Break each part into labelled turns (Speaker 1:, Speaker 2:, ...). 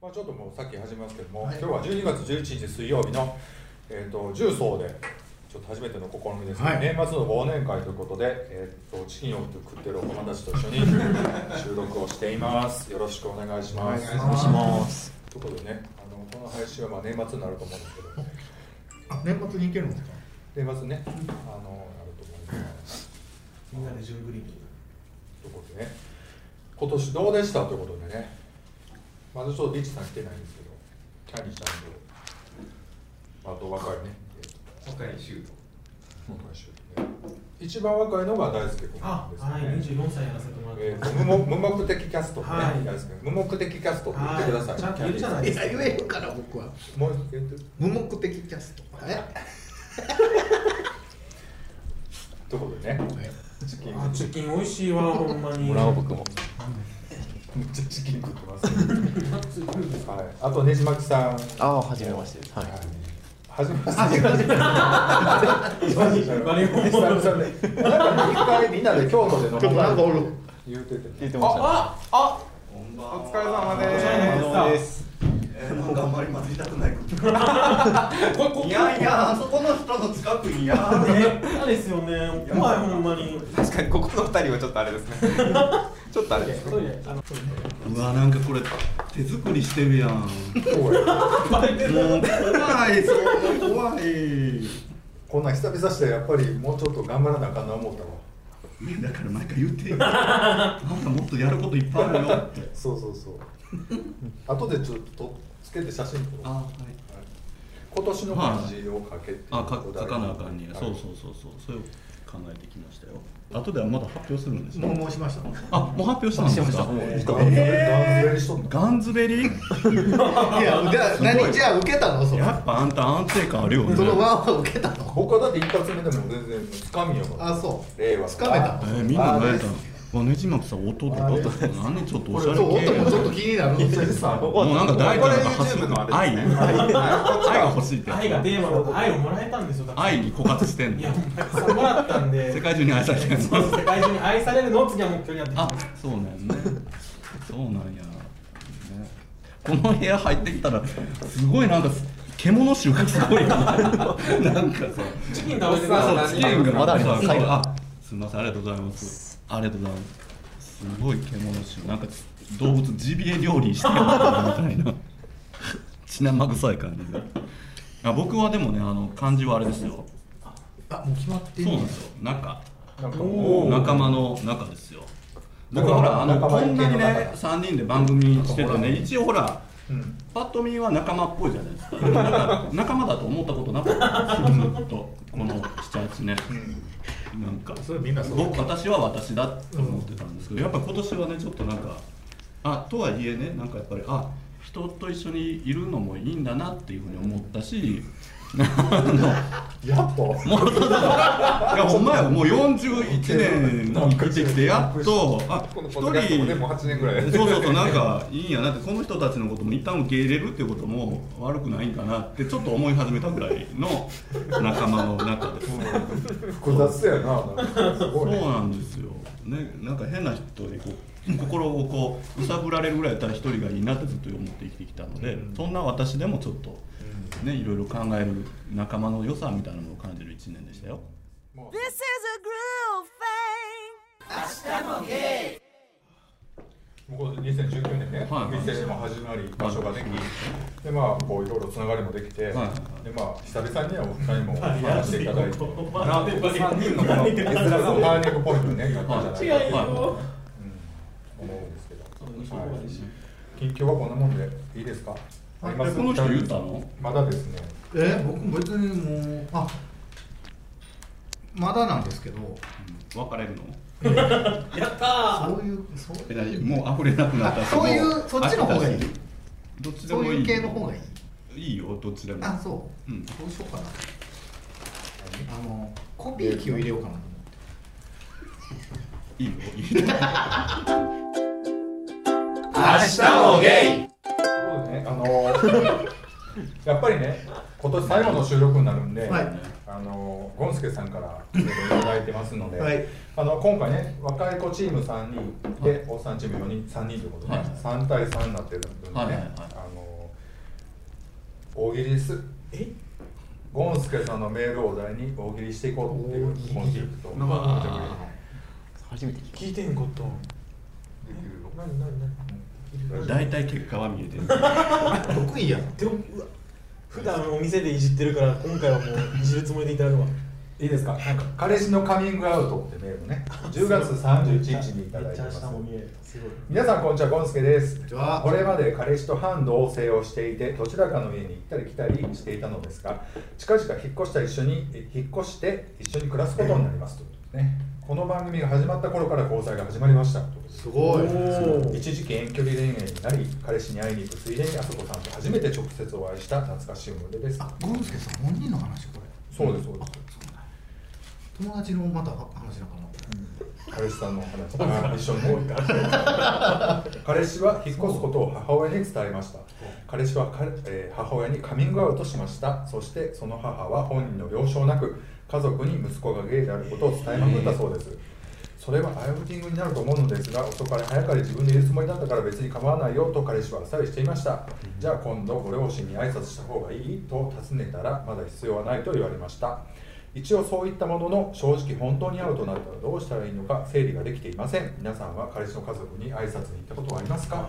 Speaker 1: まあ、ちょっともうさっき始めますけども、今日は12月11日水曜日の、えー、と重曹でちょっと初めての試みですね、
Speaker 2: はい
Speaker 1: 年末の忘年会ということで、えー、とチキンを食ってるお友達と 一緒に収録をしていますよろしくお願いします
Speaker 2: お願いし
Speaker 1: ますということでねあのこの配信はまあ年末になると思うんですけど
Speaker 2: あ年末に行けるんですか
Speaker 1: 年末ねあのなると思います
Speaker 3: みんなでジューグリーン
Speaker 1: ということでね今年どうでしたということでねまずちょっとリッチさん来てないんですけどキャリーちゃんとあと若いね
Speaker 4: 若いシュート
Speaker 1: 元の人でね一番若いのが大輔君
Speaker 3: あ、はい、
Speaker 1: で
Speaker 3: 二
Speaker 1: す
Speaker 3: 十
Speaker 1: よね
Speaker 3: 四歳やらせてもらっ
Speaker 1: え
Speaker 3: て
Speaker 1: ーと
Speaker 3: ます。
Speaker 1: 無目無目的キャストってね、
Speaker 3: はい
Speaker 1: 大輔君無目的キャストって言ってください、
Speaker 3: はいちゃんと言うじゃないですか。
Speaker 2: るかな僕は
Speaker 1: もう言って
Speaker 2: 無目的キャストえ
Speaker 1: ということでねチキン
Speaker 3: あ、チキン美味しいわ、ほんまに。
Speaker 1: 僕もめっちゃチキン食ってますね、
Speaker 3: ついてるんですか。
Speaker 1: はい、あとねじまきさん
Speaker 5: ああ、はじめましてです。はい。
Speaker 1: はじめまして。はじめまして。
Speaker 3: バリバリ
Speaker 1: なんか一回みんなで京都で飲む
Speaker 2: なんかおる
Speaker 1: 言うてて。
Speaker 5: 言ってましたね。
Speaker 4: お疲れ様
Speaker 3: おしゃれなやつだ
Speaker 4: えー、なんかあんまり混ぜたくないこと
Speaker 3: これここ
Speaker 4: いやいやあそこの人の近くにいや
Speaker 3: ね、嫌ですよね。怖いほんまに。
Speaker 6: 確かにここの二人はちょっとあれですねちょっとあれですね
Speaker 3: トイレ、あの、
Speaker 4: うわなんかこれ手作りしてるやんも
Speaker 1: おいう
Speaker 4: 怖いそんな怖い
Speaker 1: こんなん久々してやっぱりもうちょっと頑張らなあかんな思ったわ。
Speaker 4: だから毎回言ってよあんたもっとやることいっぱいあるよって
Speaker 1: そうそうそう。後でちょっとつけて写真撮ろう。
Speaker 4: はい
Speaker 1: 今年の漢字を書けっていう
Speaker 4: あか書
Speaker 1: お題
Speaker 4: かなあかんねやそうそうそうそうそれを考えてきましたよ後ではまだ発表するんですね
Speaker 2: もう申しました
Speaker 4: あもう発表したんですか
Speaker 1: ガンズベガンズベリしとんの。
Speaker 4: ガンズベリー
Speaker 2: いやじゃあ何じゃあ受けたのその
Speaker 4: やっぱあんた安定感あるよね
Speaker 2: そのワンは受けたの
Speaker 1: 僕はだって一発目でも全然つかみよ。
Speaker 2: あそう
Speaker 1: 令和の。
Speaker 2: つかめた
Speaker 4: えー、みんな慣れたわねじまくさん音とか
Speaker 1: あれ
Speaker 4: 何でちょっとおし
Speaker 2: そ
Speaker 4: ゃれ
Speaker 2: う音
Speaker 4: 系
Speaker 2: もちょっと気になる
Speaker 4: もうなんか誰かが走る
Speaker 6: これ YouTube のあれ
Speaker 4: 愛
Speaker 6: で
Speaker 4: 愛
Speaker 6: すね
Speaker 4: が欲しいって
Speaker 3: 愛がテーマの愛をもらえたんですよ。だから
Speaker 4: 愛に枯渇してん
Speaker 3: い
Speaker 4: の
Speaker 3: や、たくさんもらったんで。
Speaker 4: 世界中に愛されてんの
Speaker 3: そう世界中に愛されるのを次は目標にやっていき
Speaker 4: あ
Speaker 3: ます。
Speaker 4: そうなんやねそうなんや、ね、この部屋入ってきたらすごいなんか獣臭がすごいよねなんかさ
Speaker 3: チキン食べてください。
Speaker 4: チキンが
Speaker 5: まだあります
Speaker 4: そうそうあすみませんありがとうございますありがとうございますすごい獣臭なんか動物ジビエ料理してるのかなみたいな 血生臭い感じであ僕はでもねあの漢字はあれですよ
Speaker 2: あもう決まって
Speaker 4: そ
Speaker 2: ん
Speaker 4: う
Speaker 2: ね
Speaker 4: なん
Speaker 2: や
Speaker 4: です
Speaker 1: な
Speaker 4: よ中
Speaker 1: んか
Speaker 3: おー
Speaker 4: 仲間の中ですよ僕はほらあの
Speaker 1: 仲間
Speaker 4: こ
Speaker 1: 意見
Speaker 4: んなに
Speaker 1: の中
Speaker 4: ね3人で番組してて
Speaker 1: ほら
Speaker 4: ね一応ほら
Speaker 1: うん。
Speaker 4: パッと見は仲間っぽいじゃないです かなんか仲間だと思ったことなかったんですよずっとこの78年なんか
Speaker 1: それみんなそう
Speaker 4: 僕私は私だと思ってたんですけどやっぱ今年はねちょっとなんかあとはいえねなんかやっぱりあ人と一緒にいるのもいいんだなっていうふうに思ったし
Speaker 1: やっと。
Speaker 4: もうそうそうそういやほんまやもう41年生きてきてやっとあ
Speaker 1: この
Speaker 4: 一
Speaker 1: ポッドキャストもねもう
Speaker 4: 人
Speaker 1: 8年ぐらい
Speaker 4: そうそうそうなんかいいんやなってこの人たちのことも一旦受け入れるっていうことも悪くないんかなってちょっと思い始めたぐらいの仲間の中ですね
Speaker 1: 複雑やななんかす
Speaker 4: そ
Speaker 1: ご
Speaker 4: う
Speaker 1: いね
Speaker 4: なんですよねなんか変な人にこう心をこう揺さぶられるぐらいだったら一人がいいなってずっと思って生きてきたので、そんな私でもちょっとねいろいろ考える仲間の良さみたいなのを感じる1年でしたよ
Speaker 7: This is a groove thing.
Speaker 1: もう2019年ね、
Speaker 4: はい
Speaker 1: 店も始まり場所ができ、でまあこういろいろつながりもできて、
Speaker 4: は
Speaker 1: でまあ久々にはお二人もやらせていただいて、
Speaker 3: まあでも
Speaker 1: 3人のこの閲覧のターニングポイントにねやったんじゃないかな
Speaker 3: 違うよ。
Speaker 1: と思うんですけど、
Speaker 3: はい
Speaker 1: 近況はこんなもんでいいですか？あります
Speaker 4: この人言ったの
Speaker 1: まだですね。
Speaker 2: え僕別にもうあまだなんですけど
Speaker 4: 別れるの
Speaker 2: そういうそう
Speaker 4: え
Speaker 2: いう
Speaker 4: 何もう溢れなくなった
Speaker 2: あそういう
Speaker 4: も
Speaker 2: そっちの方がいい
Speaker 4: どっちで
Speaker 2: そう
Speaker 4: もいい
Speaker 2: いう系の方がいい
Speaker 4: いいよどっちでも
Speaker 2: あそう、
Speaker 4: うん
Speaker 2: どうしようかなあのコピー機を入れようかなと思って
Speaker 4: いいよいいよ
Speaker 1: そうですね。あの やっぱりね今年最後の収録になるんで、
Speaker 2: はい
Speaker 1: あのゴンスケさんからいただいてますので、
Speaker 2: はい
Speaker 1: あの今回ね若い子チーム3人でおっさんチーム4人3人ということで、ね
Speaker 4: はい
Speaker 1: 3対3になってるのでね、
Speaker 4: はいはいはい
Speaker 1: あの大喜利ですえゴンスケさんのメールをお題に大喜利していこうっていうコンセプトを
Speaker 3: うわ
Speaker 5: 初めて聞いた
Speaker 3: 聞いてんこと
Speaker 1: できるよ
Speaker 3: 何何何
Speaker 4: 大体結果は見え てる
Speaker 2: 得意やん
Speaker 3: でもうわ普段お店でいじってるから今回はもういじるつもりでいただくわいいですかなんか
Speaker 1: 彼氏のカミングアウトってメールね10月31日にいただいて
Speaker 3: め
Speaker 1: ま
Speaker 3: っち
Speaker 1: す
Speaker 3: ゃ明日も見えるすごい
Speaker 1: 皆さんこんにちはゴンスケです
Speaker 2: ちは
Speaker 1: これまで彼氏と半同棲をしていてどちらかの家に行ったり来たりしていたのですが近々引っ越した一緒にえ引っ越して一緒に暮らすことになりますということですねこの番組が始まった頃から交際が始まりましたということです
Speaker 2: すごい
Speaker 1: 一時期遠距離恋愛になり彼氏に会いに行くついでにあそこさんと初めて直接お会いした懐かしい思い出です
Speaker 2: あゴンスケさん本人の話これ
Speaker 1: そうですそうです
Speaker 2: 友達のまた話なのかなこれ
Speaker 1: 彼氏さんのお話一緒にもう彼氏は引っ越すことを母親に伝えました彼氏はか、えー母親にカミングアウトしましたそしてその母は本人の了承なく家族に息子がゲイであることを伝えまくったそうですそれはアウティングになると思うのですが遅かれ早かれ自分で言うつもりだったから別に構わないよと彼氏はあっさりしていましたじゃあ今度ご両親に挨拶した方がいいと尋ねたらまだ必要はないと言われました一応そういったものの正直本当に会うとなったらどうしたらいいのか整理ができていません皆さんは彼氏の家族に挨拶に行ったことはありますか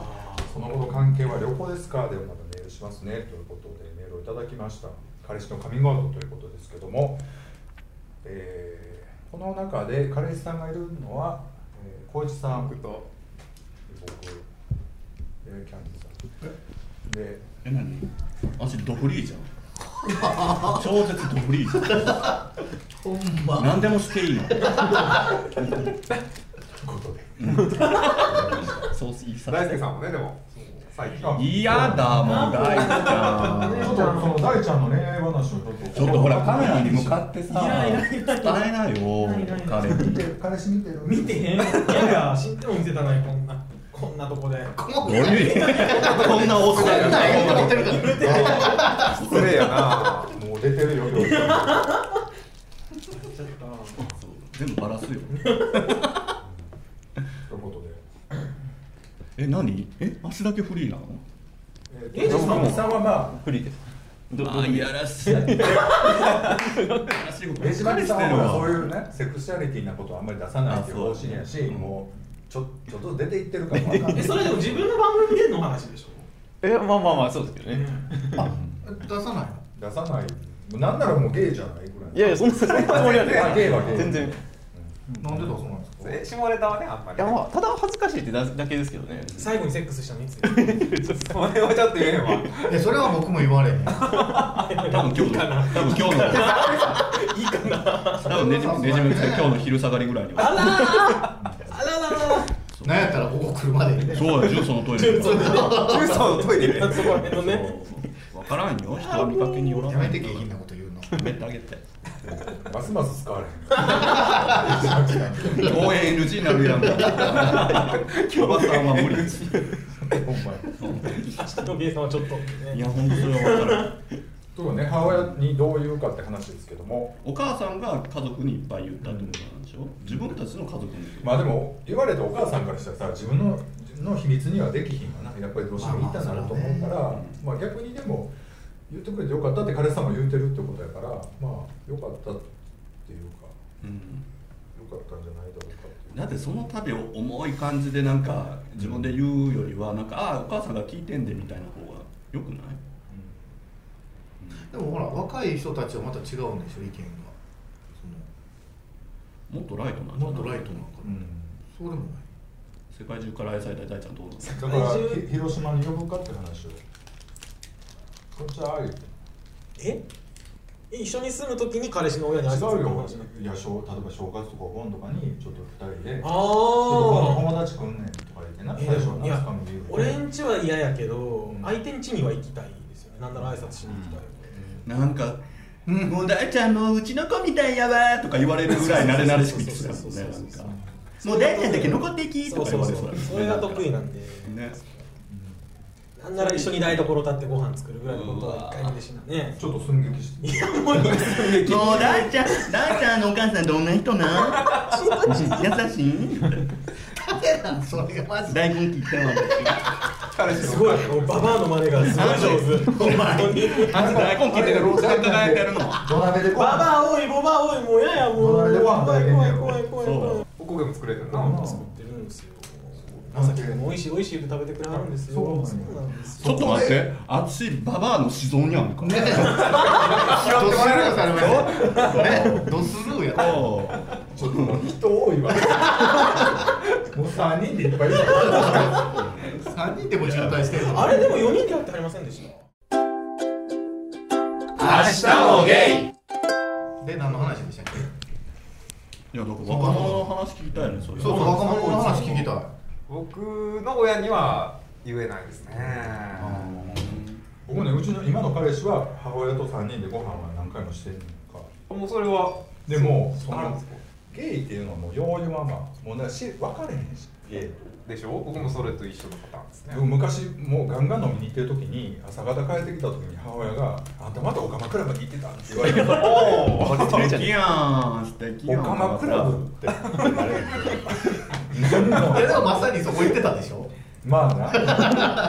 Speaker 1: その後の関係は良好ですかではまたメールしますねということでメールをいただきました彼氏のカミングアウトということですけども、えーこの中で彼氏さんがいるのは浩一、さん僕と僕、えーキャンディーさんで
Speaker 4: え何私ドフリーじゃん超絶ドフリーじゃ
Speaker 2: ほん
Speaker 4: ん
Speaker 2: ま
Speaker 4: 何でもして いいの
Speaker 1: ということで
Speaker 4: そう言いさ
Speaker 6: 大
Speaker 4: せ
Speaker 6: 輔
Speaker 4: て
Speaker 6: さんもねでも最近
Speaker 1: あ
Speaker 4: 嫌だもう大ちゃん
Speaker 1: ちょっとその大ちゃんの恋愛話をちょっと
Speaker 4: ちょっとほらカメラに向かってさ伝えなよ
Speaker 3: いやいや
Speaker 4: 彼に
Speaker 1: 彼氏見てる
Speaker 3: 見てへんやだ知っても見せたないこんなこんなとこで
Speaker 4: どういう意味こんなおっさんが
Speaker 6: 失礼やな
Speaker 1: もう出てる よ今日
Speaker 3: ちょっと
Speaker 4: そう全部バラすよ
Speaker 1: ということで。
Speaker 4: え何え足だけフリーなの
Speaker 1: えっと、さんさんはま
Speaker 5: フリーです
Speaker 4: あいやらしいやらしいこと
Speaker 1: あ、江島さん
Speaker 4: してる
Speaker 1: は
Speaker 4: わ
Speaker 1: そういうね、セクシュアリティなことはあんまり出さないっていう方針やし、
Speaker 4: あそう
Speaker 1: もうちょちょっと出ていってるからわ かんな
Speaker 3: え
Speaker 1: い。
Speaker 3: それでも自分の番組での話でしょ
Speaker 5: えまあまあまあそうですけどね
Speaker 2: 出さないの
Speaker 1: 出さない。もうなんならもうゲイじゃないぐらい。
Speaker 5: いやいやそんなそんなつもりは
Speaker 1: 全然ゲイは
Speaker 5: な
Speaker 1: ゲイ
Speaker 5: い全然い
Speaker 2: なんで出さないんですか
Speaker 6: え下ネタはねあんまり
Speaker 5: やまあただ恥ずかしいってだだけですけどね
Speaker 3: 最後にセックスしたのいつ
Speaker 6: それはちょっと言えへんわ
Speaker 2: いやそれは僕も言われへん
Speaker 4: 多分今日の多分今日のいいかな多分ねじねじめぐさん今日の昼下がりぐらいには
Speaker 3: あらららら
Speaker 2: なんやったらここ来るまでにね
Speaker 4: そうだジュンソンのトイレとか
Speaker 6: 中層のトイレで
Speaker 3: そこら辺のね
Speaker 4: 分からんよ人は見かけによら
Speaker 2: や
Speaker 4: ない
Speaker 2: めて下品なこと言うの
Speaker 4: やめてあげて
Speaker 1: ますます使われへん。
Speaker 4: 応援 NG になるやんかおばさんは無理
Speaker 1: ほんまに。
Speaker 3: 明日の B さんはちょっとね
Speaker 4: いや本当それは分からん
Speaker 1: ということでね、母親にどう言うかって話ですけども、
Speaker 4: お母さんが家族にいっぱい言ったってことなんでしょ自分たちの家族に
Speaker 1: まあでも言われたお母さんからしたらさ、自分のの秘密にはできひんわな。やっぱりどうしても言いたなると思うから、まあ、逆にでも言ってくれてよかったって彼氏さんも言うてるってことやから、まあよかったっていうか。
Speaker 4: うん
Speaker 1: 良かったんじゃないだろうかっていう
Speaker 4: だってその度を重い感じでなんか自分で言うよりはなんかああお母さんが聞いてんでみたいな方がよくない
Speaker 2: でもほら若い人たちはまた違うんでしょ意見が
Speaker 4: もっとライトな
Speaker 2: そ
Speaker 4: ん
Speaker 2: の
Speaker 4: じゃない
Speaker 2: もっとライトなんかな、そうでもない
Speaker 4: 世界中から愛されたい大ちゃんどうなの
Speaker 1: だからひ広島に呼ぶかって話をこっちはあり
Speaker 3: え一緒に住むときに彼氏の親に挨
Speaker 1: 違
Speaker 3: 拶
Speaker 1: う
Speaker 3: する
Speaker 1: よ
Speaker 3: 話
Speaker 1: いや正例えば正月とかお盆とかにちょっと二人でちょっと
Speaker 3: あ
Speaker 1: 友達来んねんとか言ってな
Speaker 3: あ
Speaker 1: 最初は夏か
Speaker 3: いや
Speaker 1: み
Speaker 3: 俺んちは嫌やけど
Speaker 1: ん
Speaker 3: 相手んちには行きたいですよねなんなら挨拶しに行きたい
Speaker 4: なんか「うんもう大ちゃんもううちの子みたいやわ」とか言われるぐらい慣れ慣れしく言ってたもんねなんか「もう大ちゃんだけ残っていき」
Speaker 3: そ
Speaker 4: と
Speaker 3: う
Speaker 4: か
Speaker 3: そ
Speaker 4: 言
Speaker 3: う
Speaker 4: われ
Speaker 3: そう
Speaker 4: だ
Speaker 3: それが得意なんで
Speaker 4: ね
Speaker 3: なんなら一緒に台所立ってご飯作るぐらいのことは一回もでしな ね
Speaker 1: ちょっと寸劇して
Speaker 3: いやもういいです ね
Speaker 4: もう大ちゃん大ちゃんのお母さんどんな人 なん優しい
Speaker 2: 誰なんそれがマジで
Speaker 4: 大根切ったわ
Speaker 6: 彼氏の
Speaker 3: すごい、もうババアの真似がすごい上手。本当に。
Speaker 4: マジ大根切ってるローカルがやってるの
Speaker 2: 土鍋でこう
Speaker 3: ババア多い、ババア多い、もうやや、もう。
Speaker 2: 隣でご飯食べてんね
Speaker 3: 怖
Speaker 2: や
Speaker 3: い、
Speaker 2: ろ
Speaker 3: 怖い、怖い、怖い。
Speaker 4: そ
Speaker 6: おこげも作れる
Speaker 2: う
Speaker 6: なん
Speaker 3: 作ってるんですよ。まさきくんも美味しい、美味しい食べてくれはるんですよ。
Speaker 2: そうなんや
Speaker 3: そうなんです
Speaker 4: ちょっと待ってあっちババアの子孫にあるから
Speaker 2: ね拾ってもらえるのされまねドスル ーやな
Speaker 4: おう
Speaker 1: ちょっともう人多いわ。もう3人でいっぱいいる
Speaker 2: 三人でも渋滞してる
Speaker 3: あれでも4人でやってはりませんでした
Speaker 2: もゲイで何の話でしたっけ
Speaker 4: いやだから若者の話聞きたいねそれ
Speaker 2: そうそう若者の話聞きたい
Speaker 6: 僕の親には言えないですね
Speaker 1: 僕もね、うちの今の彼氏は母親と3人でご飯は何回もしてるのか。
Speaker 6: もうそれは
Speaker 1: でも、そ
Speaker 6: あるんで
Speaker 1: の
Speaker 6: すか
Speaker 1: ゲイっていうのはもう用意はまあ、もうね、し分かれへんし、ゲイ。
Speaker 6: でしょ僕もそれと一緒のパターンですね
Speaker 1: でも昔もうガンガン飲みに行ってる時に朝方帰ってきた時に母親が「あんたまたオカマクラブに行ってた」って言われて
Speaker 4: 素敵やん素敵
Speaker 1: オ
Speaker 4: やん
Speaker 1: カマクラブって
Speaker 2: えでもまさにそこ行ってたでしょ
Speaker 1: まあな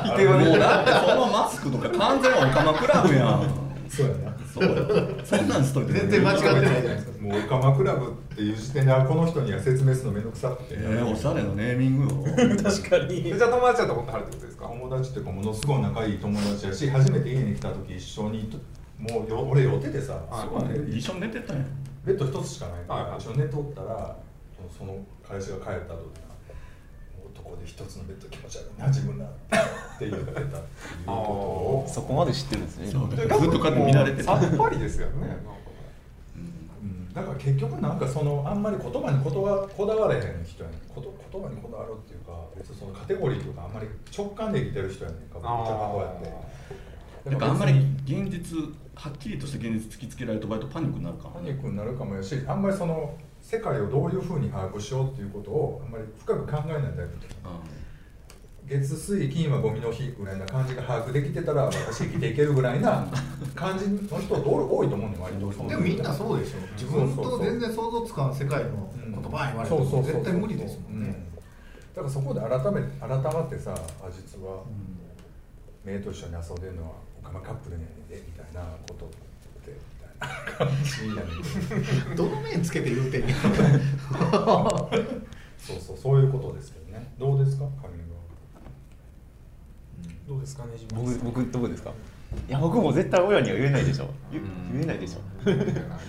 Speaker 4: 否定はもうだってそのマスクとか完全オカマクラブやん
Speaker 1: そうやな
Speaker 4: そうよそんなんしといて
Speaker 2: 全然間違ってないじゃないですか
Speaker 1: もうオカマクラブっていう時点であこの人には説明するの面倒くさくて、
Speaker 4: えー、おしゃれなネーミングよ
Speaker 3: 確かに
Speaker 6: えじゃあ友達だと思ってはるってことですか
Speaker 1: 友達っていうかものすごい仲いい友達やし初めて家に来た時一緒にもうよ俺寄っててさ
Speaker 6: はい
Speaker 1: で
Speaker 4: 一緒に寝てたやん
Speaker 1: ベッド一つしかないから、
Speaker 6: はい
Speaker 1: 一緒に寝とったらその彼氏が帰った後に男で一つのベッド気持ち悪いな自分らって言ってたっていうこと を
Speaker 5: そこまで知ってるんですね
Speaker 4: そう
Speaker 5: 今
Speaker 4: ずっとこうやって見られて
Speaker 6: さ
Speaker 4: た
Speaker 6: っぱりですよねなんかこ
Speaker 1: うんだから結局なんかそのあんまり言葉にこだわこだわれへん人やねんこと言葉にこだわるっていうか別にそのカテゴリーとかあんまり直感で生きてる人やねんか僕
Speaker 6: れ
Speaker 1: めっちゃ母親って
Speaker 4: なんかあんまり現実はっきりとした現実突きつけられると割とパニックになるかも
Speaker 1: パニックになるかもやしあんまりその世界をどういうふうに把握しようっていうことをあんまり深く考えないタイプ月水金はゴミの日ぐらいな感じが把握できてたら私生きていけるぐらいな感じの人多多いと思うねん割と
Speaker 2: でもみんなそうでしょ自分と全然想像つかん世界の
Speaker 1: うん
Speaker 2: 言葉言われ
Speaker 1: そ
Speaker 2: て
Speaker 1: うそうそ
Speaker 2: も
Speaker 1: うそう
Speaker 2: 絶対無理ですもん
Speaker 1: う
Speaker 2: ね
Speaker 1: だからそこで改め改まってさあ実は目と一緒に遊んでるのはオカマカップルやねんでみたいなことってみたいな感じ やねんけど
Speaker 2: どの面つけて言うてんねん
Speaker 1: そうそうそういうことですけどねどうですかカミ ング
Speaker 3: どうですかね自分
Speaker 5: 僕僕どこですかいや僕も絶対親には言えないでしょ言言えないでしょ
Speaker 1: アウトじゃないです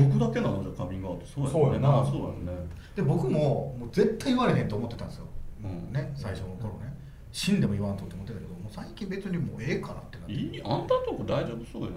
Speaker 4: え僕だけなのじゃカミングアウトそうや
Speaker 1: そうやな
Speaker 4: そうやね
Speaker 2: で僕ももう絶対言われへんと思ってたんですよ
Speaker 4: うん
Speaker 2: ね最初の頃ね死んでも言わんとって思ってたけどもう最近別にもうええかなってなって
Speaker 4: いいあんたんとこ大丈夫そうや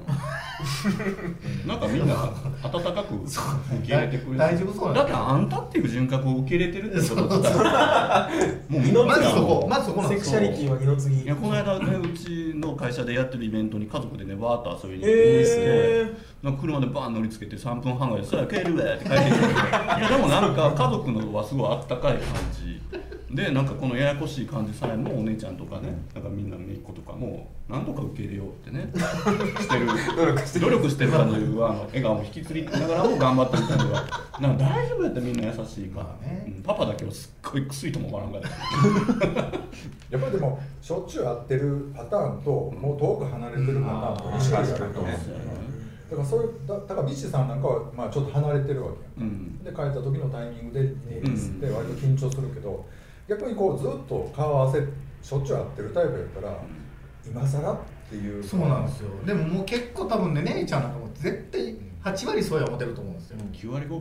Speaker 4: ななんかみんな温かく受け入れてくれて
Speaker 2: 大大丈夫そうやな
Speaker 4: だってあんたっていう人格を受け入れてるってことだからもうみんな
Speaker 2: まずそこまずそこなん
Speaker 3: セ
Speaker 2: で
Speaker 3: ク
Speaker 2: す
Speaker 3: シャ
Speaker 2: よ
Speaker 3: リティは二の次
Speaker 4: いやこの間ねうちの会社でやってるイベントに家族でねわーっと遊びに行ってですね、
Speaker 3: え
Speaker 4: なんか車でバーン乗りつけて3分半ぐらい「そら帰るわ」って帰ってきていやでもなんか家族のはすごいあったかい感じでなんかこのややこしい感じさえもお姉ちゃんとかねなんかみんな姪っ子とかもなんとか受け入れようってねしてる努力してる感じはあの笑顔も引きつりながらも頑張ってる感じがなんか大丈夫やったらみんな優しいから
Speaker 2: ま、あね
Speaker 4: うんパパだけはすっごい薬とも笑わんかった
Speaker 1: やっぱりでもしょっちゅう会ってるパターンともう遠く離れてるパターンとしかりあると思うんですよねだからそういうだだからビッシーさんなんかはまあちょっと離れてるわけやん
Speaker 4: うん
Speaker 1: で帰った時のタイミングで「えーっつって割と緊張するけど、逆にこうずっと顔合わせしょっちゅう会ってるタイプやったら、今更っていう
Speaker 2: そうなんですよでももう結構多分ね姉ちゃんなんかも絶対8割そうや思ってると思うんですよ、
Speaker 4: 9割5秒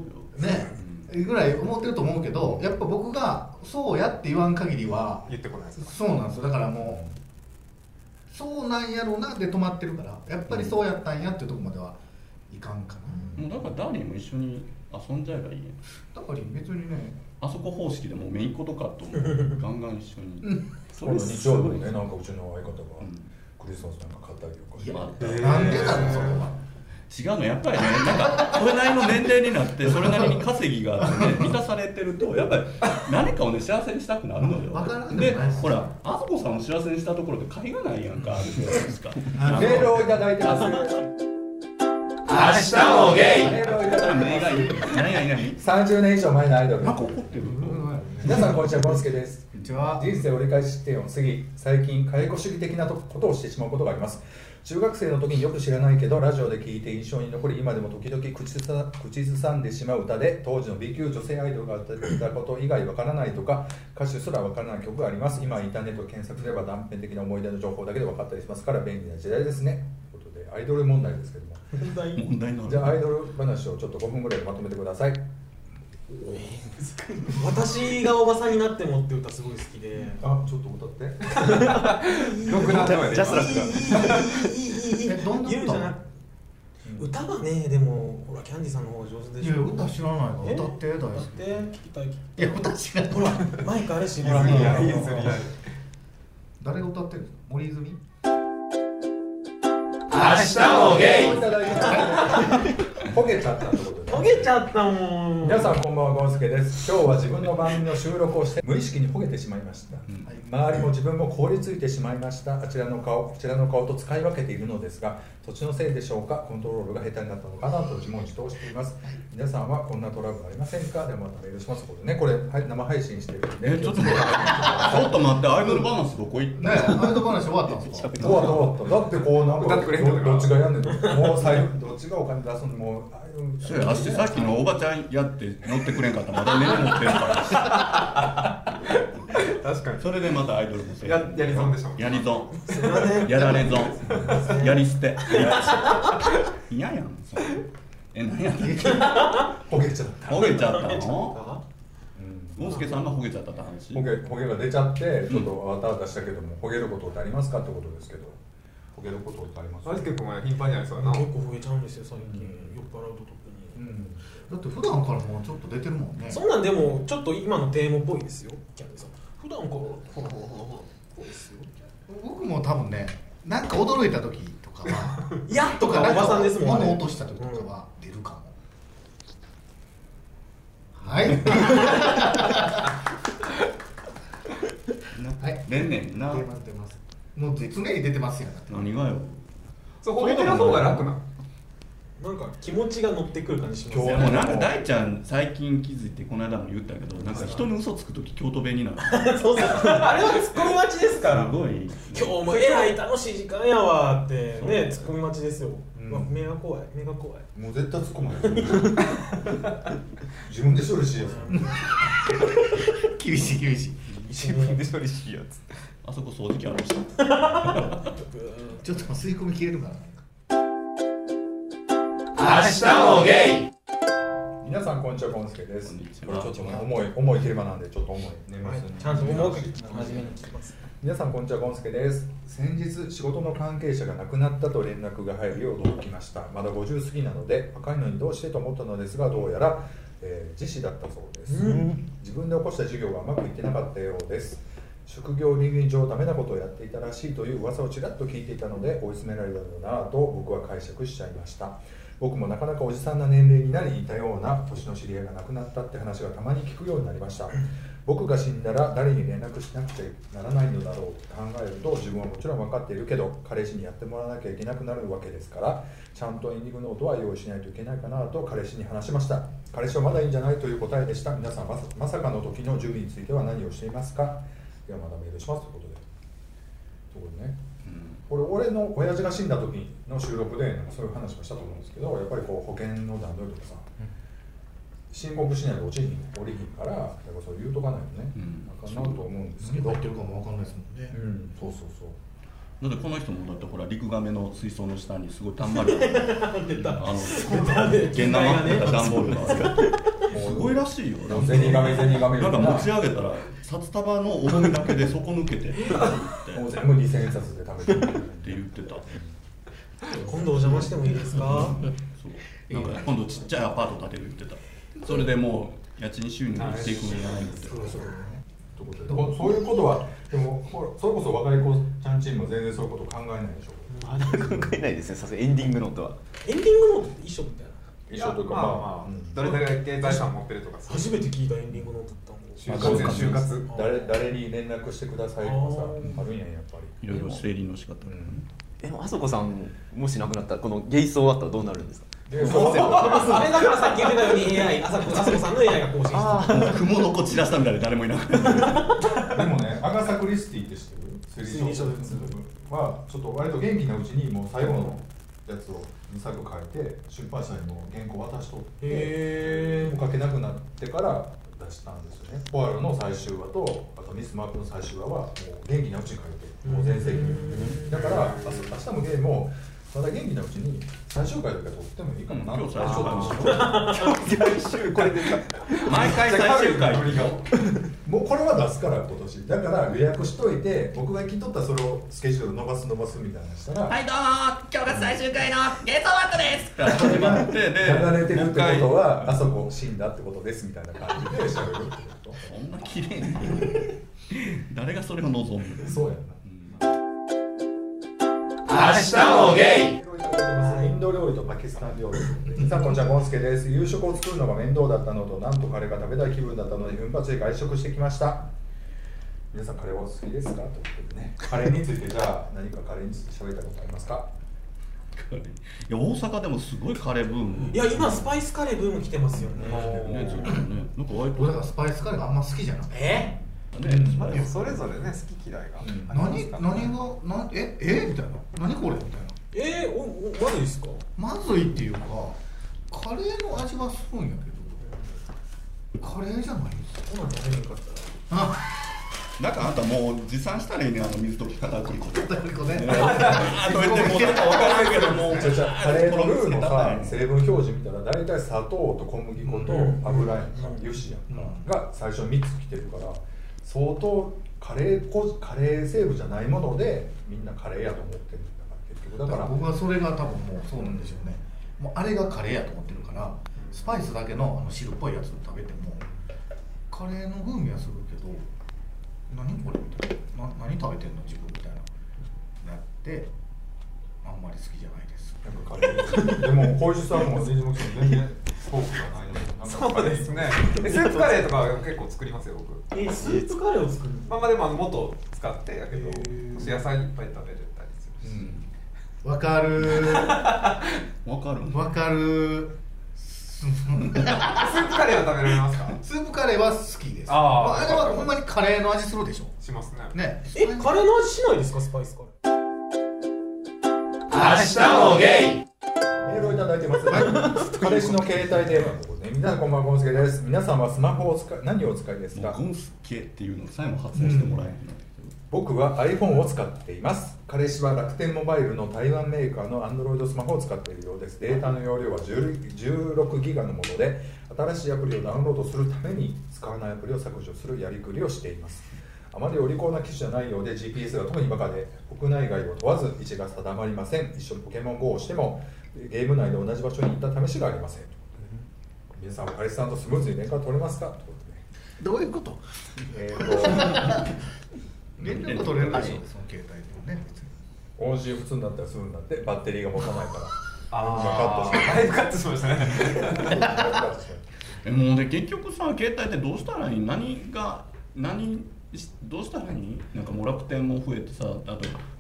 Speaker 2: ねぐらい思ってると思うけどやっぱ僕がそうやって言わん限りは
Speaker 6: 言ってこないですか
Speaker 2: そうなんですよだからもうそうなんやろうなで止まってるからやっぱりそうやったんやっていうとこまではいかんかな、
Speaker 4: もうだからダーリンも一緒に遊んじゃえばいいやん
Speaker 2: だから別にね
Speaker 4: あそこ方式でもう姪っ子とかともガンガン一緒に。
Speaker 1: この日曜日にねなんかうちの相方が
Speaker 4: うん
Speaker 1: クリスマスなんか買ったりとか
Speaker 2: いや
Speaker 4: まあ
Speaker 2: なんでなのそれは
Speaker 4: 違うのやっぱりねなんかそれなりの年齢になってそれなりに稼ぎがあってね満たされてるとやっぱり何かをね幸せにしたくなるのよ
Speaker 2: わからんで
Speaker 4: で
Speaker 2: もないです
Speaker 4: ほらあそこさんを幸せにしたところで借りがないやんかあるじゃないですか
Speaker 1: メールをいただいてます
Speaker 2: 明日もゲ
Speaker 1: メールをいただいて
Speaker 4: 何やいない
Speaker 1: ます30年以上前のアイドル
Speaker 4: なんか怒ってる
Speaker 2: イ
Speaker 1: 皆さんこんにちはゴンスケです
Speaker 2: こんにちは
Speaker 1: 人生折り返し地点を過ぎ最近解雇主義的なことをしてしまうことがあります中学生の時によく知らないけどラジオで聞いて印象に残り今でも時々口ずさ口ずさんでしまう歌で当時の B 級女性アイドルが歌っていたこと以外わからないとか歌手すらわからない曲があります今インターネットで検索すれば断片的な思い出の情報だけで分かったりしますから便利な時代ですねということでアイドル問題ですけども
Speaker 3: 問題
Speaker 4: 問題な
Speaker 1: じゃあアイ
Speaker 4: の
Speaker 1: ドル話をちょっと5分ぐらいでまとめてください
Speaker 3: 私がおばさんになってもって歌すごい好きで、
Speaker 1: あちょっと歌って
Speaker 6: 僕なんかま で
Speaker 5: ジャスラック
Speaker 3: いいいいいいいい
Speaker 2: えどんな歌
Speaker 3: ゆるじゃな歌はねでもほらキャンディさんの方上手で
Speaker 2: い
Speaker 3: し
Speaker 2: や
Speaker 3: ょ
Speaker 2: 歌知らないから
Speaker 3: え
Speaker 2: 歌って大好
Speaker 3: 歌っ
Speaker 2: き
Speaker 3: て聞きたい聞き
Speaker 2: いや歌知らない
Speaker 3: たいほらマイクあるし
Speaker 6: ほらいいやいい
Speaker 3: ほ
Speaker 6: ですよいいや
Speaker 2: 誰が歌ってるんですか森泉
Speaker 6: 明日もゲ
Speaker 1: いただいて焦げちゃったってことで
Speaker 3: ら焦げちゃったもん
Speaker 1: 皆さんこんばんはゴンスケです今日は自分の番組の収録をして無意識に焦げてしまいました、周りも自分も凍りついてしまいましたあちらの顔こちらの顔と使い分けているのですが土地のせいでしょうかコントロールが下手になったのかなと自問自答しています皆さんはこんなトラブルありませんかではまたメールしますこれねこれはい生配信してるんで
Speaker 4: えちょっと待ってちょっと待ってアイドルバランスどこ行
Speaker 2: ね
Speaker 4: っ
Speaker 2: えアイドル話終わったん ですか
Speaker 1: どうだったどうだっただってこうなん
Speaker 6: 歌
Speaker 1: か
Speaker 6: ってくれんのか
Speaker 1: ど
Speaker 6: な
Speaker 1: どっちがやんねんともう財布どっちがお金出すのもうあうん
Speaker 4: それあっしさっきのおばちゃんやって乗ってくれんかったらまだ根に持ってるから
Speaker 6: 確かに
Speaker 4: それでまたアイドルのせい
Speaker 6: ややり損でしょ
Speaker 4: やり損
Speaker 3: すいません
Speaker 4: やられ損やり捨て 嫌やんそれえ何やったっ
Speaker 1: 焦
Speaker 4: け
Speaker 1: げちゃった
Speaker 4: ほげちゃったの
Speaker 3: あ
Speaker 4: ゴンスケさんがほげちゃったって話
Speaker 1: 焦げ焦げが出ちゃってちょっとわたわたしたけども焦げることってありますかってことですけど焦げることってあります
Speaker 6: マジ結構頻繁にありそうだな
Speaker 3: 結構増えちゃうんですよ最近酔っ払うと特
Speaker 1: う
Speaker 3: に
Speaker 1: ん
Speaker 2: だって普段からもうちょっと出てるもんね
Speaker 3: そんなんでもちょっと今のテーマっぽいですよキャンディさん普段からほらほらほらほらこうですよ
Speaker 2: 僕も多分ねなんか驚いた時とかは
Speaker 3: いやとかおばさんですもん
Speaker 2: 物落とした時とかは出るかも、はいはい
Speaker 4: 出んねんな
Speaker 2: 出ます出ますもう常に出てますよだって
Speaker 4: 何がよ
Speaker 6: そう焦げてる方が楽な
Speaker 3: なんか気持ちが乗ってくる感じします
Speaker 4: い
Speaker 3: よ
Speaker 4: や
Speaker 1: 今日
Speaker 4: もうなんか大ちゃん最近気づいてこの間も言ったけどなんか人に嘘つく時京都弁になる
Speaker 3: そうそうあれはツッコミ待ちですか
Speaker 4: す
Speaker 3: ら
Speaker 4: ごい
Speaker 3: 今日もえらい楽しい時間やわってねツッコミ待ちですよ、
Speaker 1: うん
Speaker 3: うわ目が怖い目が怖い
Speaker 1: もう絶対突っ込まない自分で処理しよう
Speaker 2: 厳しい厳しい
Speaker 6: 自分で処理しいやつ
Speaker 4: あそこ掃除機あるし
Speaker 2: ちょっと吸い込み消えるからね
Speaker 1: 皆さんこんにちはゴンスケです
Speaker 4: こんにち
Speaker 1: こ
Speaker 4: は
Speaker 1: れちょっとね重い重い昼間なんでちょっと重い年末
Speaker 3: はい
Speaker 1: に
Speaker 3: ちゃんと重く真面目に聞き ます
Speaker 1: 皆さんこんにちはゴンスケです先日仕事の関係者が亡くなったと連絡が入り驚きましたまだ50過ぎなので若いのにどうしてと思ったのですがどうやら、えー自死だったそうです、自分で起こした授業がうまくいってなかったようです職業倫理上ダメなことをやっていたらしいという噂をちらっと聞いていたので追い詰められたのだなぁと僕は解釈しちゃいました僕もなかなかおじさんな年齢になり似たような年の知り合いが亡くなったって話がたまに聞くようになりました僕が死んだら誰に連絡しなくちゃならないのだろうと考えると自分はもちろん分かっているけど彼氏にやってもらわなきゃいけなくなるわけですからちゃんとエンディングノートは用意しないといけないかなと彼氏に話しました彼氏はまだいいんじゃないという答えでした皆さんまさまさかの時の準備については何をしていますかではまたメールしますということでということでねこれ俺の親父が死んだ時の収録でなんかそういう話もしたと思うんですけどやっぱりこう保険の段取りとかさ、申告しないと落ちひん降りひんからやっぱそう言うとかないとね、
Speaker 4: うん
Speaker 1: あかんなと思うんですけ
Speaker 2: 何
Speaker 1: ど、
Speaker 2: が
Speaker 1: う
Speaker 2: 入ってるかもわかんないですもんね、
Speaker 1: ん、そうそうそう
Speaker 4: だってこの人もだってほら陸亀の水槽の下にすごいたんまり あ
Speaker 3: 出た
Speaker 4: の
Speaker 3: 出
Speaker 4: 現場がね段ボールがあるすごいらしいよ
Speaker 1: もう銭亀銭亀
Speaker 4: なんか持ち上げたら札束の重みだけで底抜けてって言
Speaker 1: もう
Speaker 4: って
Speaker 1: 全部2000円札で食べてる
Speaker 4: って言ってた
Speaker 3: 今度お邪魔してもいいです か
Speaker 4: そうなんか今度ちっちゃいアパート建てる言ってたそれでもう家賃収入にしていくんやないのって
Speaker 2: そうそうね
Speaker 1: ということでこそういうことはでもほらそれこそ若い子ちゃんチームは全然そういうこと考えないでしょ
Speaker 5: あ考えないですねさすがにエンディングノートは
Speaker 3: エンディングノートって衣装みたいな
Speaker 1: 一緒というか
Speaker 6: ま
Speaker 1: ま
Speaker 6: あ
Speaker 1: あ、
Speaker 6: まあどれだけ財産持ってるとかさ
Speaker 3: 初めて聞いたエンディングノートだったもん
Speaker 6: 就活や就活
Speaker 1: うん誰誰に連絡してくださいとかさあるんやんやっぱ
Speaker 4: いろいろ整理の仕方
Speaker 1: り、うん
Speaker 5: えあそこさんもし亡くなったらこのゲイソーあったらどうなるんですか
Speaker 1: えそう
Speaker 3: あれだからさっき言ってたように AI 朝子朝子さんの AI が更新してた
Speaker 4: もう雲の子散らしたみたいで誰もいなくて
Speaker 1: でもね、アガサ・クリスティって知ってる
Speaker 3: 推理小説
Speaker 1: は、ちょっと割と元気なうちに、もう最後のやつを2作書いて、出版社にも原稿渡しとって、
Speaker 3: へ
Speaker 1: もう書けなくなってから出したんですよね。ポアロの最終話と、あとミス・マークの最終話は、もう元気なうちに書いて、もう全盛期に。だから、明日明日もゲームも、まだ元気なうちに最終回だけ取ってもいいかもな
Speaker 4: 今日最
Speaker 1: ち
Speaker 4: 終
Speaker 1: ょっ
Speaker 4: 回
Speaker 1: と
Speaker 4: にしよう
Speaker 5: これで
Speaker 4: 毎回最終回
Speaker 1: もうこれは出すから今年だから予約しといて僕が聞き取ったらそれをスケジュール伸ばす伸ばすみたいなのしたら、
Speaker 4: はいどうも今日が最終回のゲートワークですから始まってで
Speaker 1: 流れてるって
Speaker 4: もう一回
Speaker 1: ことはあそこ死んだってことですみたいな感じで喋るってこ
Speaker 4: そんな綺麗に 誰がそれを望む
Speaker 1: とそうやな
Speaker 5: 明日もゲイ
Speaker 1: インド料理とパキスタン料理さあこんにちはゴンスケです夕食を作るのが面倒だったのとなんとカレーが食べたい気分だったので奮発で外食してきました皆さんカレーはお好きですかということでねカレーについてじゃあ何かカレーについて喋りたいことありますか
Speaker 4: いや大阪でもすごいカレーブーム
Speaker 3: いや今スパイスカレーブーム来てますよね
Speaker 4: ねずっとねなんか割と
Speaker 2: 俺だからスパイスカレーがあんま好きじゃない
Speaker 3: え
Speaker 4: ねスパイス
Speaker 6: それぞれね好き嫌いがあり
Speaker 2: 何
Speaker 6: ますから
Speaker 2: 何がなええみたいな何これみたいな
Speaker 3: えー、おおまずいですか
Speaker 2: まずいっていうかカレーの味はするんやけどカレーじゃないん ですよ
Speaker 3: ご飯食べれんかっ
Speaker 2: あ
Speaker 4: なんかあんたもう持参したらいいねあの水溶き片栗粉
Speaker 2: っ片栗粉ね
Speaker 4: あと言ってもうなんか分からんけどもう
Speaker 1: じゃじゃカレーのルーのさ
Speaker 4: ね
Speaker 1: 成分表示見たら大体砂糖と小麦粉と油やんか油脂やんかが最初3つ来てるから相当カレーこカレー成分じゃないものでみんなカレーやと思ってるんだから結局だ
Speaker 2: だ
Speaker 1: か
Speaker 2: から
Speaker 1: ら
Speaker 2: 僕はそれが多分もうそうなんでしょうねもうあれがカレーやと思ってるからスパイスだけのあの汁っぽいやつを食べてもカレーの風味はするけど何これみたいなな何食べてんの自分みたいななってあんまり好きじゃないです
Speaker 1: なんかカレーでもこういう人はもう全然全然フォークがないのでなんか
Speaker 6: そうですねえスープカレーとか結構作りますよ僕
Speaker 3: たえスープカレーを作る
Speaker 6: まあまあでもあの元を使ってやけど
Speaker 3: へー
Speaker 6: 野菜いっぱい食べれたりするし、
Speaker 2: わかる
Speaker 4: 分かる
Speaker 2: わかる
Speaker 6: スープカレーは食べられますか
Speaker 2: スープカレーは好きです
Speaker 6: ああ
Speaker 2: まあ、あれはほんまにカレーの味するでしょ
Speaker 6: しますね
Speaker 2: ね
Speaker 3: えカレーの味しないですかスパイスカレー
Speaker 1: メールをいただいてます。彼氏の携帯電話のところで、皆さんこんばんは、ゴンスケです。皆さんはスマホを使い、何をお使いです
Speaker 4: もう
Speaker 1: か
Speaker 4: ゴ。ンスケっていうのを最後発音してもらえへんの
Speaker 1: 僕は iPhone を使っています彼氏は楽天モバイルの台湾メーカーの Android スマホを使っているようですデータの容量は16ギガのもので新しいアプリをダウンロードするために使わないアプリを削除するやりくりをしていますあまりお利口な機種じゃないようで GPS が特にバカで国内外を問わず位置が定まりません一緒にポケモン GO をしてもゲーム内で同じ場所に行った試しがありません皆さんは彼氏さんとスムーズに連絡が取れますかということで
Speaker 2: どういうこと
Speaker 1: えーと
Speaker 2: 連絡取れるでしょその携帯でもね別に
Speaker 1: 音信不通になったらすぐになってバッテリーが持たないから
Speaker 6: あ
Speaker 1: あー
Speaker 6: ーだいぶカットしましたね
Speaker 4: えもうね結局さ携帯ってどうしたらいい何が何しどうしたらいいなんかもう楽天も増えてさあと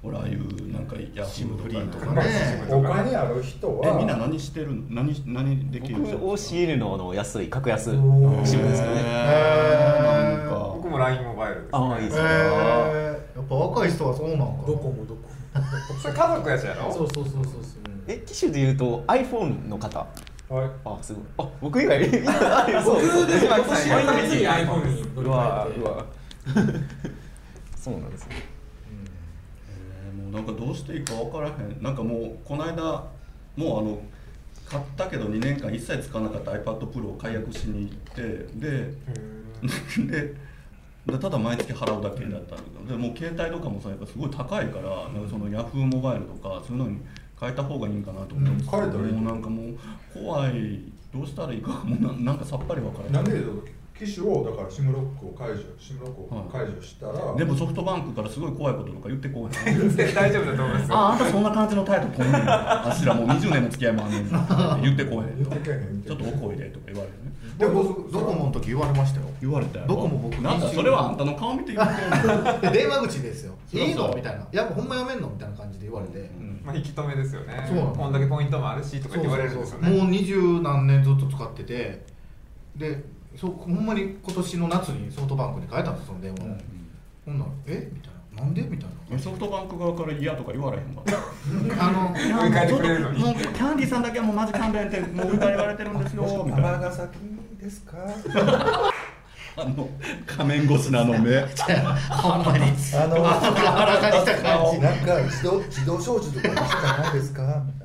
Speaker 4: ほらああいうなんかヤフーとかなんか
Speaker 2: シムフリーとかね
Speaker 1: お金ある人
Speaker 4: え
Speaker 1: は
Speaker 4: みんな何してるの何何できる
Speaker 5: 僕 OCL のあの安い格安シ
Speaker 4: え
Speaker 5: ムですかね
Speaker 4: ーなんか
Speaker 6: 僕も LINE モバイルです、ね、
Speaker 5: ああいいですね
Speaker 2: えー、やっぱ若い人はそうなんかな
Speaker 3: どこもどこ
Speaker 6: それ家族やつやろ
Speaker 3: もそうそうそうそうそう
Speaker 5: え機種で言うと iPhone の方
Speaker 1: はい
Speaker 5: あすごいあ僕以外 みんな iPhone
Speaker 3: 僕でも今年
Speaker 6: そう
Speaker 3: の夏に iPhone に乗り換えて
Speaker 5: そうなんですね
Speaker 4: えーもうなんかどうしていいか分からへんなんかもうこの間もうあの買ったけど2年間一切使わなかった iPadPro を解約しに行ってでででただ毎月払うだけだったのでもう携帯とかもさやっぱすごい高いからなんかそのヤフーモバイルとかそういうのに変えた方がいいんかなと思って
Speaker 1: うん変えたらいいと
Speaker 4: もうなんかもう怖いどうしたらいいかもうななんかさっぱり分からへん
Speaker 1: なんで機種をだからシムロックを解除シムロックを解除したら、
Speaker 4: でもソフトバンクからすごい怖いこととか言ってこうへん
Speaker 6: 全然大丈夫だと思いますよ
Speaker 4: ああんたそんな感じの態度こん ねんあっしらもう20年の付き合いもあん ねんって言ってこうへ
Speaker 1: 言って
Speaker 4: ん
Speaker 1: けへん
Speaker 4: ちょっとおこいでとか言われるね
Speaker 2: でも僕ドコモの時言われましたよ
Speaker 4: 言われたよ
Speaker 2: どこも僕
Speaker 4: なんだそれはあんたの顔見て言ってんの
Speaker 2: で電話口ですよ「
Speaker 4: そうそう
Speaker 2: いいの?」みたいな「やっぱほんまやめんの?」みたいな感じで言われ て、
Speaker 1: うん
Speaker 6: まあ、引き止めですよね
Speaker 2: そうなの
Speaker 6: こんだけポイントもあるしとか
Speaker 2: そう
Speaker 6: 言
Speaker 2: そ
Speaker 6: われ
Speaker 2: う
Speaker 6: るんです
Speaker 2: そ
Speaker 6: よ
Speaker 2: う
Speaker 6: ね
Speaker 2: もう二十何年ずっと使っててでそうほんまに今年の夏にソフトバンクに変えたんですその電話を、ほんなら「えみたいな「なんで?」みたいな
Speaker 4: ソフトバンク側から嫌とか言われへんかった
Speaker 2: あの
Speaker 6: もう一回やってくれるのに
Speaker 4: もうキャンディーさんだけはもうマジ勘弁ってもう歌言われてるんですよみたいな
Speaker 1: 尼崎ですか
Speaker 4: あの仮面越しな
Speaker 2: ほ
Speaker 4: の目
Speaker 2: んまに
Speaker 1: あの
Speaker 2: 柔らかにした 感じ
Speaker 1: なんか自動自動小銃とか一緒じゃないですかみた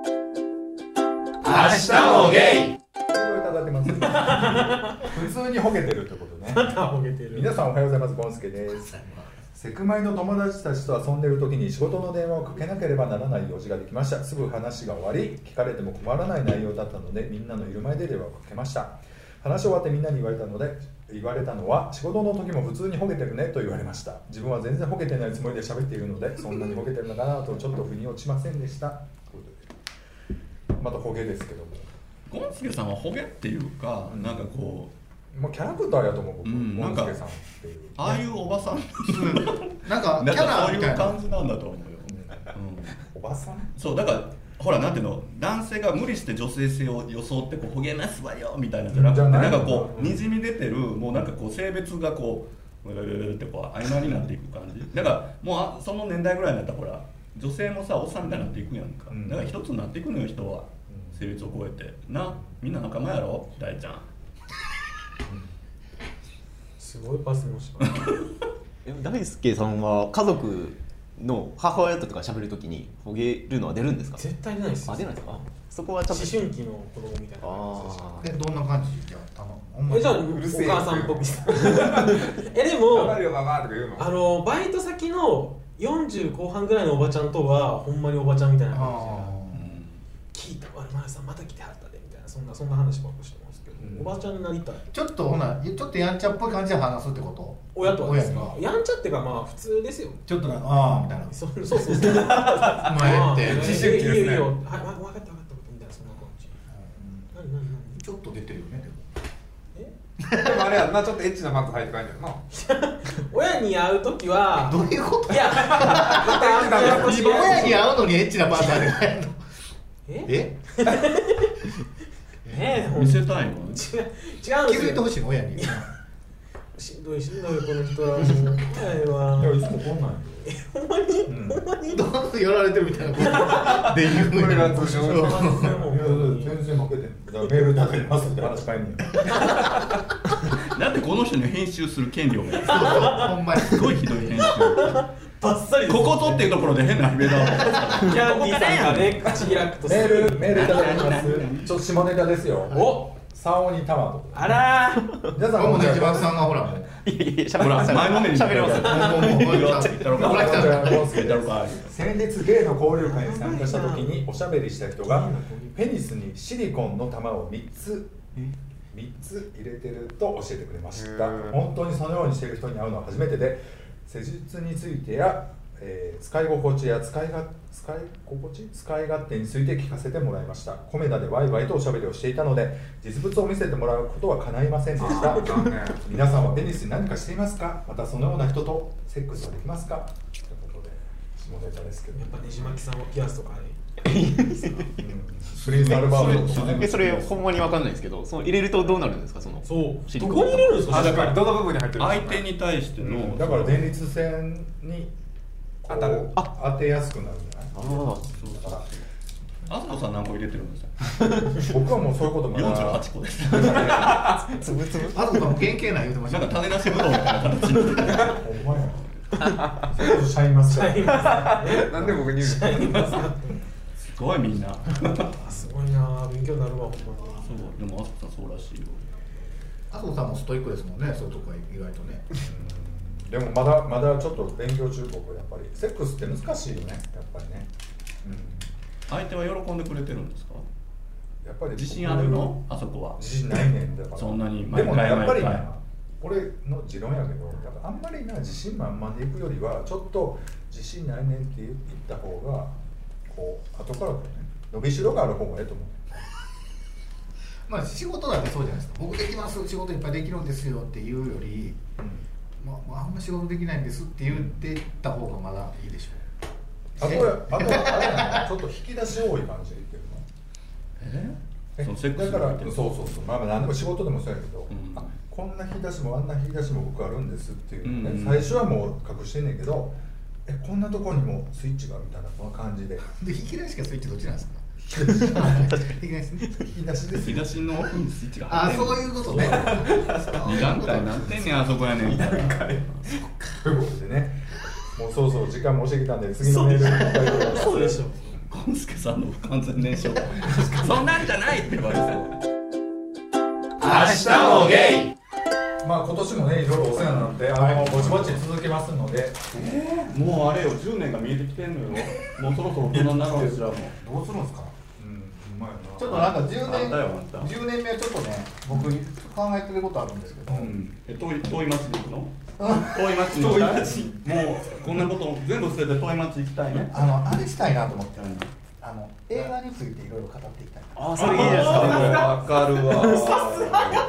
Speaker 1: いな
Speaker 6: 明日もゲイ
Speaker 1: すごい疑ってます普通にほげてるってことね
Speaker 3: ほげてる
Speaker 1: 皆さんおはようございますゴンスケですセクマイの友達たちと遊んでる時に仕事の電話をかけなければならない用事ができましたすぐ話が終わり聞かれても困らない内容だったのでみんなのいる前で電話をかけました話し終わってみんなに言われたので言われたのは仕事の時も普通にほげてるねと言われました自分は全然ほげてないつもりで喋っているのでそんなにほげてるのかなとちょっと腑に落ちませんでしたということでまたほげですけども
Speaker 4: ゴンスケさんはホゲっていうかなんかこ
Speaker 1: まあ、キャラクターやと思う僕、
Speaker 4: うん
Speaker 1: ゴ
Speaker 4: なん
Speaker 1: ン
Speaker 4: か
Speaker 1: スケさんっていう
Speaker 4: うああいうおば さん
Speaker 2: なんか
Speaker 4: な
Speaker 2: キ
Speaker 4: ん
Speaker 2: ャ
Speaker 4: か
Speaker 2: ラ
Speaker 4: そうい
Speaker 2: みた
Speaker 4: う
Speaker 2: いな
Speaker 4: 感じなんだと思うよ、うん
Speaker 1: おばさん
Speaker 4: そうだからほらなんていうの男性が無理して女性性を装ってこうほげますわよみたいなんじゃなく
Speaker 1: じ
Speaker 4: て
Speaker 1: ゃない
Speaker 4: なんかこう
Speaker 1: うん
Speaker 4: にじみ出てるもうなんかこう性別がこううるるるるってこう曖昧になっていく感じだからもうあその年代ぐらいになったらほら女性もさおっさんみたいになっていくやんか、
Speaker 1: うん
Speaker 4: だから一つになっていくのよ人は
Speaker 1: うん
Speaker 4: 性別を超えてなみんな仲間やろ大ちゃん
Speaker 3: すごいパスもします
Speaker 5: でも大輔さんは家族の母親とか喋るときにほげるのは出るんですか
Speaker 3: 絶対ないですよ
Speaker 5: あ出ないですかそこはちゃん
Speaker 3: 思
Speaker 5: と
Speaker 3: 春期の子供みたいな
Speaker 5: あ
Speaker 2: でどんな感じじゃあ頼むほんま
Speaker 3: え
Speaker 2: に
Speaker 3: じゃあお
Speaker 6: うるせえ
Speaker 3: 母さんっぽくしてえでも
Speaker 6: 頑張るよババアとか言うの
Speaker 3: あのバイト先の40後半ぐらいのおばちゃんとはほんまにおばちゃんみたいな感
Speaker 2: あ
Speaker 3: じで聞いたわ丸さんまた来てはったでみたいなそんなそんな話ばっかしてますけど、
Speaker 1: うん
Speaker 3: おばちゃんになりたい
Speaker 2: ーちょっとほなちょっとやんちゃっぽい感じで話すってこと
Speaker 3: 親とはですか
Speaker 2: 親が
Speaker 3: やんちゃってかまあ普通ですよ
Speaker 2: ちょっとなんかああみたいな
Speaker 3: そそうそうそう前っ
Speaker 2: 前って
Speaker 6: 思春期ですね
Speaker 3: いいよいいよはいわ分かった分かったみたいなそんな感じ何何何
Speaker 2: ちょっと出てるよねでも
Speaker 3: え
Speaker 6: でもあれやんなちょっとエッチなマット履いて帰んねんな
Speaker 3: 親に会う時は
Speaker 2: どういうこと
Speaker 3: いやまたあんたややこしいやつ
Speaker 2: 親に会うのにエッチなパートあるないの
Speaker 3: え
Speaker 2: え
Speaker 3: ねえほん
Speaker 4: 見せたい
Speaker 3: 違う違
Speaker 4: の
Speaker 3: うんです
Speaker 2: 気づいて
Speaker 3: よ
Speaker 2: ほしいの親に
Speaker 3: しんどいしんどいこの人はもう怖いわ
Speaker 1: い やいつもこんなんよ
Speaker 3: ほんまに、
Speaker 1: うん
Speaker 3: ほんまに
Speaker 2: どうやられてるみたいなことで言う
Speaker 6: これ
Speaker 2: の
Speaker 6: が
Speaker 2: よ
Speaker 6: 通常
Speaker 2: そう
Speaker 1: いや全然負けてんだからメールだけますって話変えんねん
Speaker 4: だってこの人に編集する権利をね
Speaker 2: そうほんまに
Speaker 4: すごいひどい編集
Speaker 3: バッサリ
Speaker 4: ここぞっていうところで変なベダ
Speaker 3: キャンディーさんがね口開くとす
Speaker 1: メ
Speaker 3: ぐ
Speaker 1: ールメールいただきますちょっと下ネタですよ
Speaker 3: お
Speaker 1: サオにタマト
Speaker 3: あらー
Speaker 1: 皆さん
Speaker 2: これもね一
Speaker 1: こん
Speaker 2: 番
Speaker 1: にち
Speaker 2: さんがほらもう
Speaker 5: あいやいやしゃべ
Speaker 4: ほ
Speaker 5: りま
Speaker 4: ら
Speaker 5: す
Speaker 4: 前のめりに
Speaker 5: しゃべりますす
Speaker 2: もうもうもう
Speaker 4: やっていったろか
Speaker 2: ほら来た
Speaker 1: はゴンス
Speaker 4: つけ
Speaker 1: ケ
Speaker 4: た
Speaker 1: で
Speaker 4: ろ
Speaker 1: す
Speaker 4: かい
Speaker 1: 先日ゲイの交流会に参加した時におしゃべりした人がペニスにシリコンの玉を3つ3つ入れてると教えてくれまし
Speaker 6: へ
Speaker 1: た
Speaker 6: ー
Speaker 1: 本当にそのようにしている人に会うのは初めてで施術についてや、えー使い心地や使いが使い心地使い勝手について聞かせてもらいましたコメダでワイワイとおしゃべりをしていたので実物を見せてもらうことは叶いませんでした
Speaker 6: 残念
Speaker 1: 皆さんはペニスに何かしていますかまたそのような人とセックスはできますかということで下ネタですけど
Speaker 3: やっぱねじまきさんはピアスとかあれ
Speaker 1: プリンスアルバートとか
Speaker 5: えそれほんまにわかんないですけどその入れるとどうなるんですかその
Speaker 3: そう
Speaker 5: シリ
Speaker 3: ど
Speaker 5: コン
Speaker 3: こに入れるんですか
Speaker 6: あだからどの部分に入ってるんです
Speaker 4: 相
Speaker 6: か
Speaker 4: 手に対して
Speaker 1: う
Speaker 4: の
Speaker 1: んだから前立腺にこう
Speaker 6: 当たる
Speaker 1: 当てやすくなるんじゃない
Speaker 5: ああ
Speaker 1: だから
Speaker 4: あずこさん何個入れてるんですか
Speaker 1: 僕はもうそういうこと も
Speaker 4: 48個です
Speaker 1: 個
Speaker 5: つぶつぶ
Speaker 2: あとかも原型ない言うてまし
Speaker 4: な
Speaker 2: た
Speaker 4: んか
Speaker 2: ね
Speaker 4: 種なしぶどうみたいな形になってる
Speaker 1: お前それこそシャインマスカット
Speaker 6: なんで僕に言うの
Speaker 4: すごいみんなそう
Speaker 3: すごいなー勉強になるわほんまに
Speaker 4: でもあずこさんそうらしいよ
Speaker 2: あとさんもストイックですもんねそういうとこは意外とね
Speaker 1: でもまだまだちょっと勉強中僕はやっぱりセックスって難しいよねやっぱりねうん
Speaker 4: 相手は喜んでくれてるんですか
Speaker 1: やっぱり
Speaker 4: 自信あるのあそこは
Speaker 1: 自信ないねんだから
Speaker 4: そんなに
Speaker 1: で
Speaker 4: 毎
Speaker 1: もね
Speaker 4: 回
Speaker 1: やっぱ
Speaker 4: 毎
Speaker 1: りね
Speaker 4: 回
Speaker 1: 俺の持論やけどやっぱあんまりな自信満々でいくよりはちょっと自信ないねんって言った方がこう後からね伸びしろがある方がええと思う
Speaker 2: まあ仕事だってそうじゃないですか僕できます仕事いっぱいできるんですよっていうよりまあ、まああんま仕事できないんですって言ってた方がまだいいでしょ
Speaker 1: あとはあとはあれやなちょっと引き出し多い感じっていうの
Speaker 4: え
Speaker 1: え
Speaker 4: そのセックス
Speaker 1: だから
Speaker 4: って
Speaker 1: そうそうそうまあまあ何でも仕事でもそうやけど、
Speaker 4: うん
Speaker 1: あこんな引き出しもあんな引き出しも僕あるんですっていうね、
Speaker 4: うん
Speaker 1: 最初はもう隠してんねんけどえこんなとこにもスイッチがみたいなこの感じで
Speaker 2: で引き出しかスイッチどっちなんですか引き出しね
Speaker 1: 引き出しで
Speaker 4: 引
Speaker 1: す
Speaker 4: き
Speaker 1: よ
Speaker 4: 出しの奥にスイッチが
Speaker 2: あ
Speaker 4: ってんの
Speaker 2: そういうことね
Speaker 4: 二段階なってんねんあそこやねんみたいな
Speaker 1: ということでねもうそろそろ時間も押してきたんで次のメールに行きたいと思います
Speaker 3: そうでしょ
Speaker 4: コンスケさんの不完全燃焼 そんなんじゃないって言われそう
Speaker 2: 明日もゲイ
Speaker 1: まあ今年もねいろいろお世話になってあのぼちぼち続きますので
Speaker 4: もうあれよ10年が見えてきてんのよもうそろそろ大人になるうちらも
Speaker 2: どうするんですか
Speaker 1: うんうまいな
Speaker 2: ちょっとなんか10
Speaker 4: あんたよあんた
Speaker 2: 年10年目はちょっとね僕考えてることあるんですけど、
Speaker 4: うんえ遠い遠い町に行くの遠い町に行きたいもうこんなこと全部捨てて遠い町行きたいね
Speaker 2: あのあれしたいなと思って、あの映画についていろいろ語っていきたいな
Speaker 3: あそれいいじゃないですか
Speaker 4: わかるわさすが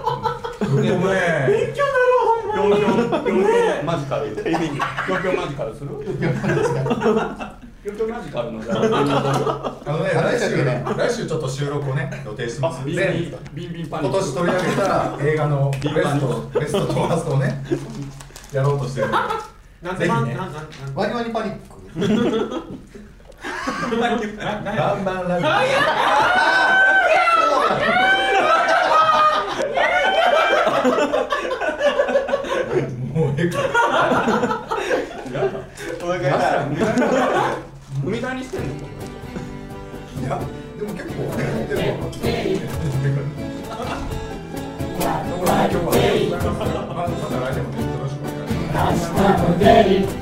Speaker 1: ごめん
Speaker 4: ぴょんぴょんぴょんぴょんマジカルぴょんぴょんマジカルするぴょんぴょんマジカルのじゃあ
Speaker 1: あのね来週ね来週ちょっと収録をね予定してます
Speaker 4: ビン
Speaker 1: 全
Speaker 4: ビンビンビンパニ
Speaker 1: 今
Speaker 4: ック
Speaker 1: 年取り上げた映画のベストベストトーマストをねやろうとしてるんで
Speaker 3: なん
Speaker 1: ぜ
Speaker 3: で
Speaker 1: ひ
Speaker 3: ま
Speaker 1: ね
Speaker 3: なんなんなん
Speaker 2: ワニワニパニック
Speaker 1: バンバンライブもうええか
Speaker 6: お腹痛い
Speaker 4: 無駄にしてんの
Speaker 1: いやでも結構やってるわ ところで今日はありがとうございますまた来年もねよろしくお願いします